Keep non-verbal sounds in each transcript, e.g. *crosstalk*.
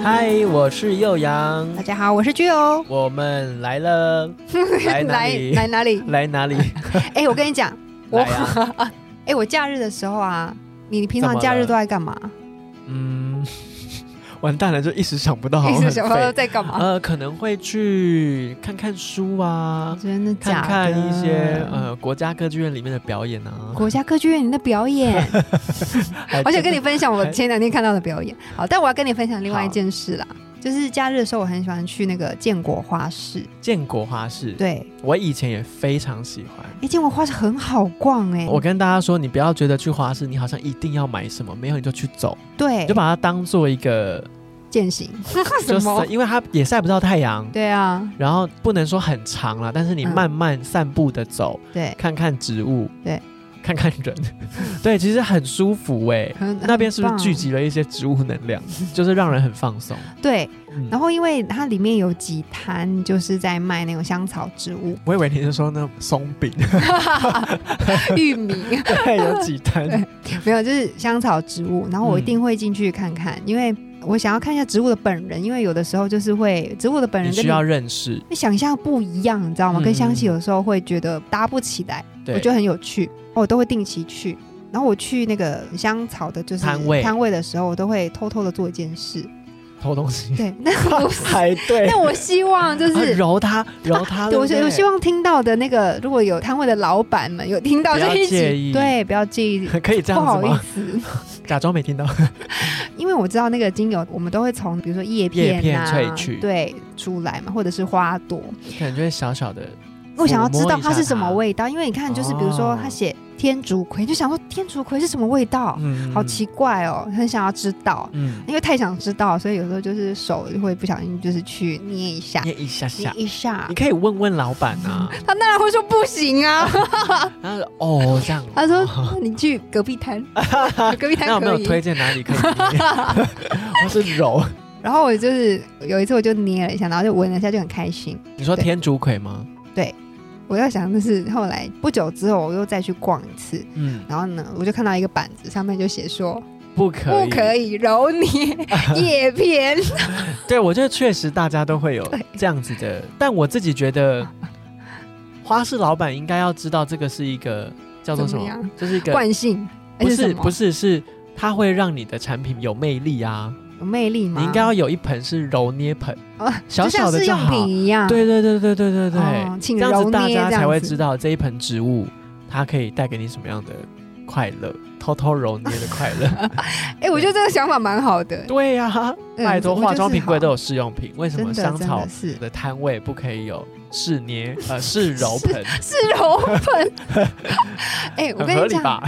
嗨，我是幼阳，大家好，我是具有。我们来了，来哪来里？ *laughs* 来哪里？来哪里？哎、我跟你 *laughs* 讲，我来啊！ *laughs* 哎、我假日的时候啊，你你平怎常么假日了都在干嘛？ *laughs* 嗯，完蛋了，就一时想不到，好 *laughs* 一像直很想说废。在干嘛？呃，可能会去看看书啊，真的假看的？看一些呃国家歌剧院里面的表演啊。国家歌剧院你的表演，还 *laughs* 我想真的跟你分享我还前两天看到的表演。好，但我要跟你分享另外一好件事啦，就是假日的时候，我很喜欢去那个建国花市。建国花市，对，我以前也非常喜欢。哎、建国花市很好逛哎、我跟大家说，你不要觉得去花市你好像一定要买什么，没有你就去走，对你就把它当做一个，践行啊什就是么？因为它也晒不到太阳，对啊，然后不能说很长了，但是你嗯慢慢散步的走，对，看看植物，对，看看人， *laughs* 对，其实很舒服哎、很那边是不是很棒聚集了一些植物能量，就是让人很放松？对，嗯、然后因为它里面有几摊就是在卖那种香草植物 *laughs* *laughs* 我以为你是说那松饼，玉米，对，有几摊，没有，就是香草植物。然后我一嗯定会进去看看，因为我想要看一下植物的本人，因为有的时候就是会植物的本你人跟需你要认识。因为想象不一样，你知道吗？嗯跟香气有时候会觉得搭不起来，对，我觉得很有趣，哦我都会定期去。然后我去那个香草的，就是摊位摊位的时候，我都会偷偷的做一件 *laughs* 事。偷东西， *laughs* 对，那不是，排 *laughs* 队那我希望 *laughs* 就是。揉它，揉它。对，我希我希望望听到的那个，如果有摊位的老板们有听到不要这一介集，意对，不要介 *laughs* 意，可以 *laughs* 这不样好子意吗？思，假装没听 *laughs* 到。因为我知道那个精油，我们都会从比如说叶叶片啊，萃取对，出来嘛，或者是花朵，可能就是小小的，我想要知道摸一下它是什么它味道，因为你看，就是比如说哦它写天竺葵，就想说天竺葵是什么味道，嗯好奇，怪哦，很想要知道，嗯，因为太想知道，所以有时候就是手就会不小心就是去捏一下，捏一下捏下。一下你，可以问问老板 *laughs* 啊啊，他当然会说不行啊，他说哦这样， *laughs* 他说那 *laughs* 你去隔壁摊，隔壁那有摊没可有推以。荐哪里可以 *laughs* 捏？我是揉，然后我就是有一次我就捏了一下，然后就闻了一下就很开心。你说对天竺葵吗？我在想的是后来不久之后我又再去逛一次，嗯，然后呢我就看到一个板子上面就写说不可不以，可以揉 *laughs* 捏叶片，对，我觉得确实大家都会有对这样子的，但我自己 *laughs* 觉得，花市老板应该要知道这个是一个叫做什怎么么，样就是一个惯性不是不哎是是是它会让你的产品有魅力啊！有魅力吗？你应该要有一盆是揉捏盆，哦小小的就像试用好品。一样，对对对对对对对，啊哦请这样揉子大捏家这样才会子知道这一盆植物它可以带给你什么样的快乐，偷偷揉捏的快 *laughs* 乐。哎，我觉得这个想法蛮好的，对呀、嗯拜托，我觉得化妆品是好柜都有试用品，为什真么的香真草的是的摊位不可以有 *laughs* 试捏呃试揉是盆？是揉 *laughs* 粉。哎，我很跟合你理讲 *laughs* 吧，？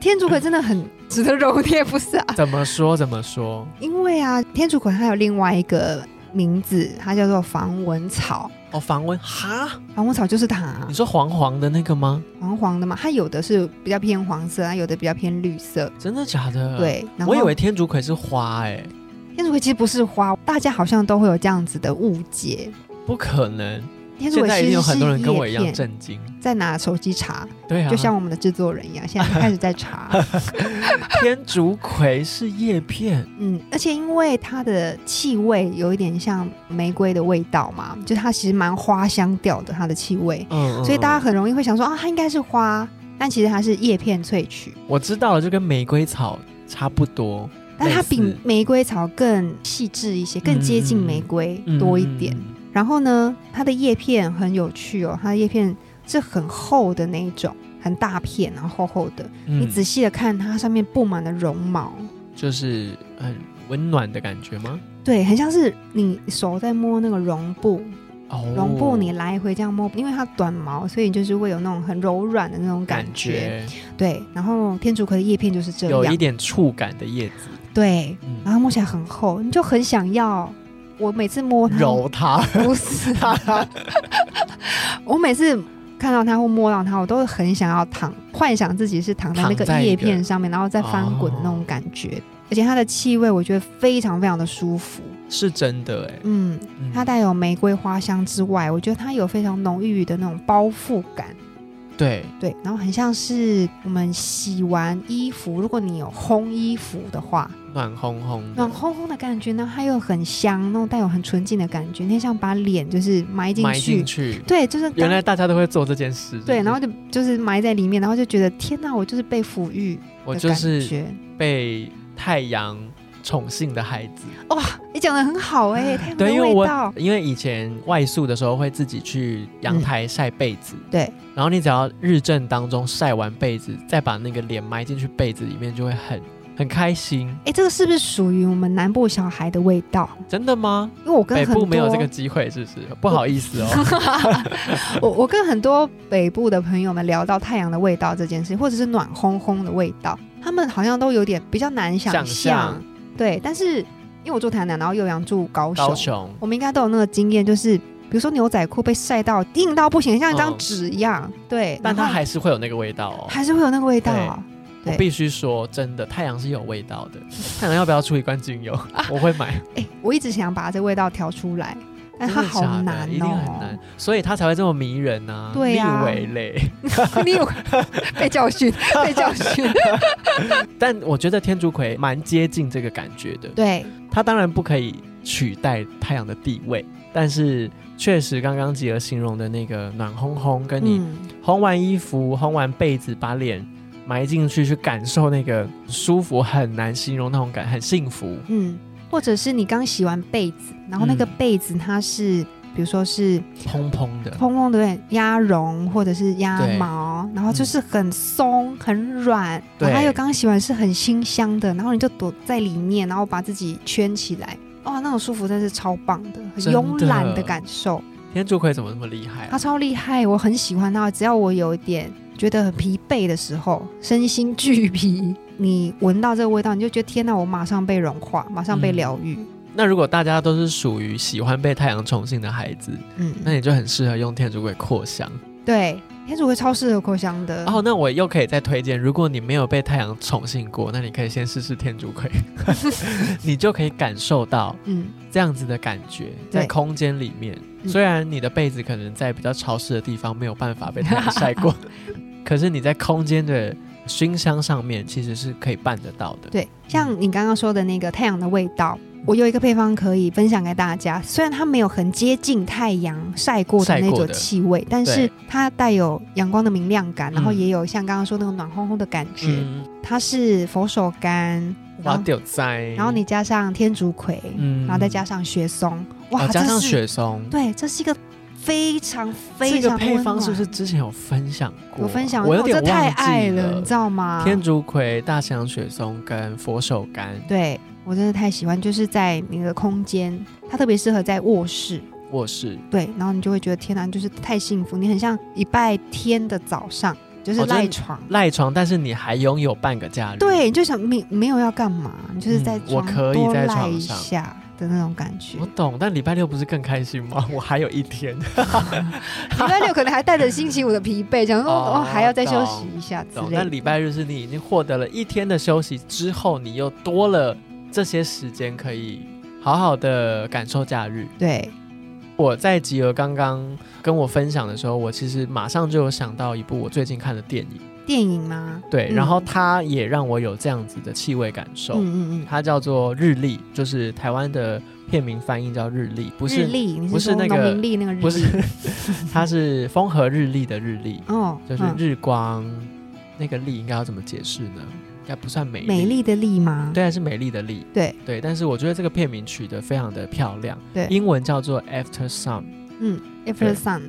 天竺葵真的很值得揉捏，不是啊？怎么说怎么说？因为啊，天竺葵它有另外一个名字，它叫做防蚊草。哦，防蚊哈？防蚊草就是它你，说黄黄的那个吗？黄黄的嘛，它有的是比较偏黄色，它有的比较偏绿色。真的假的？，对，然后嗯我以为天竺葵是花哎、天竺葵其实不是花，大家好像都会有这样子的误解。不可能！天竺现葵在一其定有实很是多人跟我一叶样片，震惊。在拿手机查，对啊，就像我们的制作人一样，现在开始在 *laughs* 查。天竺葵是叶片，嗯，而且因为它的气味有一点像玫瑰的味道嘛，就它其实蛮花香调的，它的气味，嗯，嗯所以大家嗯很容易会想说啊，它应该是花，但其实它是叶片萃取，我知道了，就跟玫瑰草差不多，但它类似比玫瑰草更细致一些，更接近玫瑰多一点。嗯嗯然后呢，它的叶片很有趣哦，它的叶片是很厚的那一种，很大片，然后厚厚的。嗯你仔细的看，它上面布满了绒毛，就是很温暖的感觉吗？对，很像是你手在摸那个绒布，哦，绒布你来回这样摸，因为它短毛，所以就是会有那种很柔软的那种感感觉。觉对，然后天竺葵的叶片就是这有一样，点触感的叶子，对，然嗯，后摸起来很厚，你就很想要。我每次摸它，揉它，不是，我每次看到它或摸到它，我都很想要躺，幻想自己是躺在那躺个在一个叶片上面，然后再翻滚的那种感觉。而且它的气味，我觉得非常非常的舒服。 *laughs* 是真的哎、嗯，嗯它带有玫瑰花香之外，我觉得它有非常浓郁的那种包覆感。对对，然后很像是我们洗完衣服，如果你有烘衣服的话，暖烘烘的暖烘烘的感觉呢，它又很香，那种带有很纯净的感觉，你很想把脸就是埋进埋去，进去。对，就是原刚来大家都会做这件事，是不对，是然后就就是埋在里面，然后就觉得天哪，我就是被抚育我的就感是觉。被太阳宠幸的孩子。你讲的很好哎、太阳的啊对，因为味我道，因为以前外宿的时候会自己去阳台晒被子，对，然后你只要日正当中晒完被子，再把那个脸埋进去被子里面，就会很很开心。哎，这个是不是属于我们南部小孩的味道？真的吗？因为我跟北很部多没有这个机会，是不是？不好意思哦。 *laughs* 我我跟很多北部的朋友们聊到太阳的味道这件事，或者是暖烘烘的味道，他们好像都有点比较难想象。想象对，但是因为我住台南，然后幼阳住高雄，高雄，我们应该都有那个经验，就是比如说牛仔裤被晒到硬到不行，像一张嗯纸一样。对，但然它后还是会有那个味道哦。还是会有那个味道啊、我对必须说，真的，太阳是有味道的。太阳要不要出一罐精油？我会买。哎、我一直想把这味道调出来，但哎它好真的假的难一定很哦难、，所以它才会这么迷人啊呐、对啊呀立伟嘞。 *laughs* 你有被教 *laughs* 训，被教训。但我觉得天竺葵蛮接近这个感觉的，对，它当然不可以取代太阳的地位，但是确实刚刚吉儿形容的那个暖烘烘，跟你嗯，烘完衣服、烘完被子，把脸埋进去去感受那个舒服，很难形容那种感，很幸福。嗯，或者是你刚洗完被子，然后那个嗯被子它是，比如说是蓬蓬的，蓬蓬的鸭绒或者是鸭对嗯毛，然后就是很松、很软，对然后还有刚洗完是很清香的，然后你就躲在里面，然后把自己圈起来。哇，那种舒服真是超棒的，很真的慵懒的感受。天竺葵怎么那么厉害、它啊？超厉害，我很喜欢它。只要我有一点觉得很疲惫的时候，身心俱疲，你闻到这个味道，你就觉得天哪，我马上被融化，马上被嗯疗愈。那如果大家都是属于喜欢被太阳宠幸的孩子，嗯，那你就很适合用天竺葵扩香。对，天竺葵超适合扩香的。哦，那我又可以再推荐，如果你没有被太阳宠幸过，那你可以先试试天竺葵， *laughs* 你就可以感受到嗯，这样子的感觉，对在空间里面，嗯虽然你的被子可能在比较潮湿的地方没有办法被太阳 *laughs* 晒过，可是你在空间的熏香上面其实是可以办得到的。对，像你刚刚说的那个太阳的味道，我有一个配方可以分享给大家。虽然它没有很接近太阳晒过的晒那过种的气味，但是对它带有阳光的明亮感，然后嗯也有像刚刚说那个暖烘烘的感觉。嗯，它是佛手柑，哇，然后丢在，然后你加上天竺葵，嗯然后再加上雪松，哇，哦加上这是雪松，对，这是一个非常非这个常配温方是暖不是之前有分享过？有分享过？我有点这太忘记爱你知道吗？天竺葵、大西洋雪松跟佛手柑，对我真的太喜欢，就是在那个空间，它特别适合在卧室，卧室对，然后你就会觉得天哪，就是太幸福，你很像礼拜天的早上，就是哦真的赖床，赖床，但是你还拥有半个假日。对，你就想没没有要干嘛，你就是在嗯床、我可以多在赖床一上下的那种感觉。我懂，但礼拜六不是更开心吗？ *laughs* 我还有 *laughs* 一天，礼拜六可能还带着星期五的疲惫，想说哦哦还要再休懂息一下之懂？类的。但礼拜日是你已经获得了一天的休息之后，你又多了这些时间可以好好的感受假日。对，我在吉儿刚刚跟我分享的时候，我其实马上就有想到一部我最近看的电影，电影吗？对，嗯然后它也让我有这样子的气味感受。嗯嗯嗯，它叫做日历，就是台湾的片名翻译叫日历，不日是历，你不是说那农个民历那个日历，不是， *laughs* 它是风和日丽的日历，哦， *laughs* 就是嗯日光、那个丽应该要怎么解释呢？应该不算美丽，美丽的丽吗？对，还是美丽的丽，对对。但是我觉得这个片名取得非常的漂亮，对英文叫做 After Sun。 ，April Sun，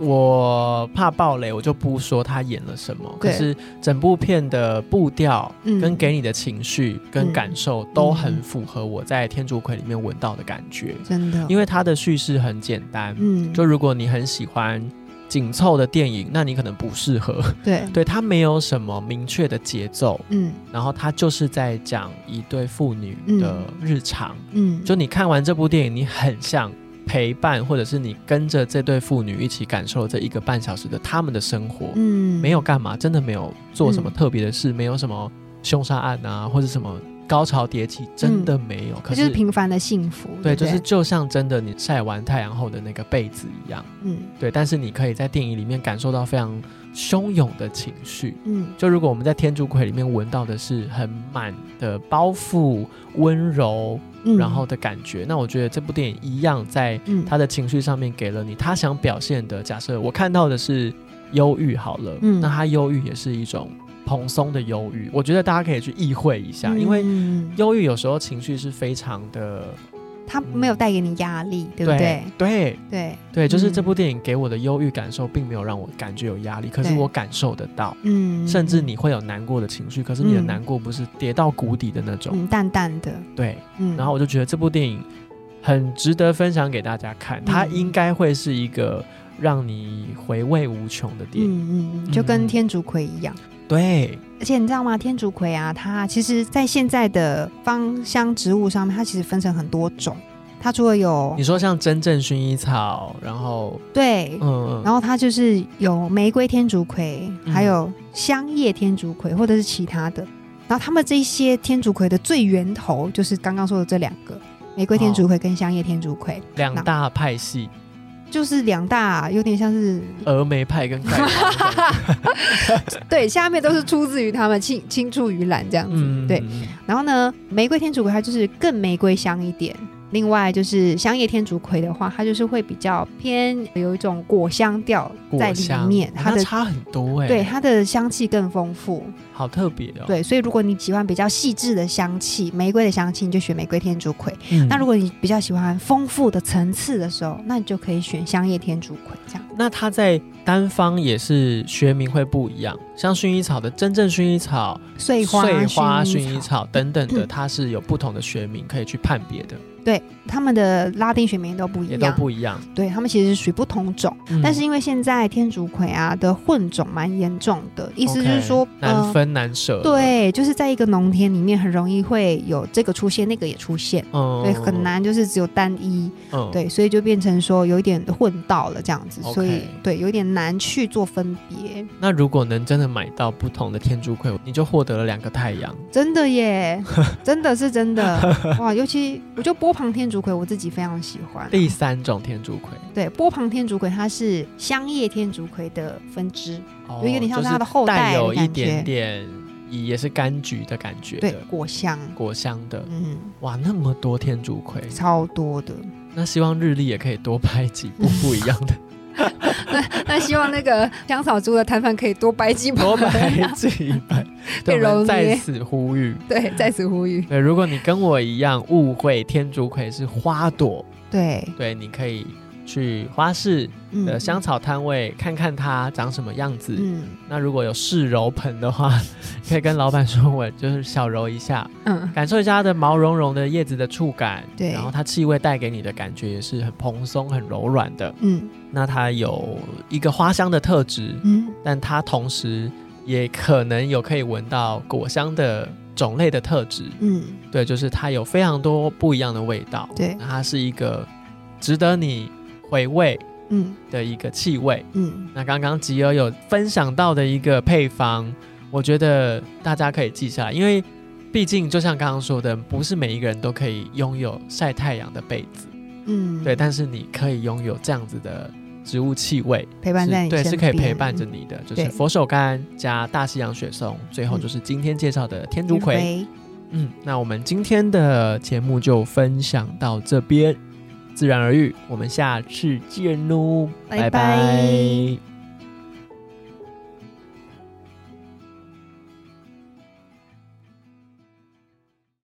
我怕暴雷，我就不说他演了什么。可对是整部片的步调、嗯跟给你的情绪、跟嗯感受，都很符合我在《天竺葵》里面闻到的感觉。真的，因为为它的叙事很简单，嗯，就如果你很喜欢紧凑的电影，那你可能不适合。对， *laughs* 对，它没有什么明确的节奏，嗯然后它就是在讲一对父女的日常。嗯，就你看完这部电影，你很像陪伴，或者是你跟着这对父女一起感受这一个半小时的他们的生活，嗯，没有干嘛，真的没有做什么嗯特别的事，没有什么凶杀案啊，或者什么高潮迭起，真的没有。可嗯这就是是，平凡的幸福，对，对，就是就像真的你晒完太阳后的那个被子一样，嗯对。但是你可以在电影里面感受到非常汹涌的情绪。嗯就如果我们在《天竺葵》里面闻到的是很满的包覆、温柔，嗯，然后的感觉，那我觉得这部电影一样在嗯，他的情绪上面给了你他想表现的。假设我看到的是忧郁好了，嗯那他忧郁也是一种蓬松的忧郁。我觉得大家可以去意会一下，因为嗯忧郁有时候情绪是非常的，它没有带给你压力，对不对？对对，对，就是这嗯部电影给我的忧郁感受，并没有让我感觉有压力，可是对我感受得到。嗯，甚至你会有难过的情绪，可是你的嗯难过不是跌到谷底的那种，嗯淡淡的，对，嗯，然后我就觉得这部电影很值得分享给大家嗯看，它应该会是一个让你回味无穷的电影。嗯嗯嗯，就嗯跟天竺葵一样。对，而且你知道吗？天竺葵啊，它其实在现在的芳香植物上面，它其实分成很多种。它除了有你说像真正薰衣草，然后对，嗯，然后它就是有玫瑰天竺葵，嗯还有香叶天竺葵，或者是其他的。然后它们这些天竺葵的最源头就是刚刚说的这两个玫瑰天竺葵跟香叶天竺葵，嗯两大派系，就是两大有点像是峨眉派跟丐帮 *laughs* 这样子，对，下面都是出自于它们青青出于蓝这样子。嗯，对，然后呢，玫瑰天竺葵它就是更玫瑰香一点。另外就是香叶天竺葵的话，它就是会比较偏有一种果香调在果里香面，哦它那的差很多哎，对，它的香气更丰富。好特别哦。对，所以如果你喜欢比较细致的香气，玫瑰的香气，你就选玫瑰天竺葵；嗯，那如果你比较喜欢丰富的层次的时候，那你就可以选香叶天竺葵这样。那它在单方也是学名会不一样，像薰衣草的真正薰衣草、碎花、碎花薰衣草，衣嗯草等等的，它是有不同的学名可以去判别的，它们的拉丁学名都不也一都样，不一样。对，它们其实属于不同种。嗯但是因为现在天竺葵啊的混种蛮严重的，意思就是说 OK，难分难呃，，舍，嗯对，就是在一个农田里面很容易会有这个出现，那个也出现，，嗯对，很，难就是只有单一，嗯，对，所以就变成说有一点混到了这样子， OK 所以对，有点难去做分别，那如果能真的买到不同的天竺葵，你就获得了两个太阳，真的 *laughs* 耶，真的是真的哇！尤其我觉得波旁天竺葵我自己非常喜欢，第三种天竺葵，对，波旁天竺葵它是香叶天竺葵的分支，哦有一点像是它的后就是带代有的一感觉，点点也是柑橘的感觉对的，果香。果香的，嗯，哇，那么多天竺葵，超多的。那希望日历也可以多拍几部不一样的， *laughs* 那希望那个香草猪的摊贩可以多掰几把。多拍几本，被对，我揉们捏在此呼吁。 *laughs* 对，在此呼吁。对，如果你跟我一样误会天竺葵是花朵，对，对，你可以去花市的嗯香草摊位、看看它长什么样子。嗯那如果有试揉盆的话， *laughs* 可以跟老板说，我就是小揉一下，嗯，感受一下它的毛茸茸的叶子的触感。对然后它气味带给你的感觉也是很蓬松、很柔软的。嗯那它有一个花香的特质，嗯，但它同时也可能有可以闻到果香的种类的特质。嗯，对，就是它有非常多不一样的味道，对，它是一个值得你回味嗯的一个气味。嗯，那刚刚吉尔有分享到的一个配方，我觉得大家可以记下来，因为毕竟就像刚刚说的，不是每一个人都可以拥有晒太阳的被子，嗯，对，但是你可以拥有这样子的植物气味，陪伴在是你对，身是可以边嗯陪伴着你的，就是对嗯佛手柑加大西洋雪松，最后就是今天介绍的天竺葵。。嗯，那我们今天的节目就分享到这边，自然而愈，我们下次见喽，拜拜拜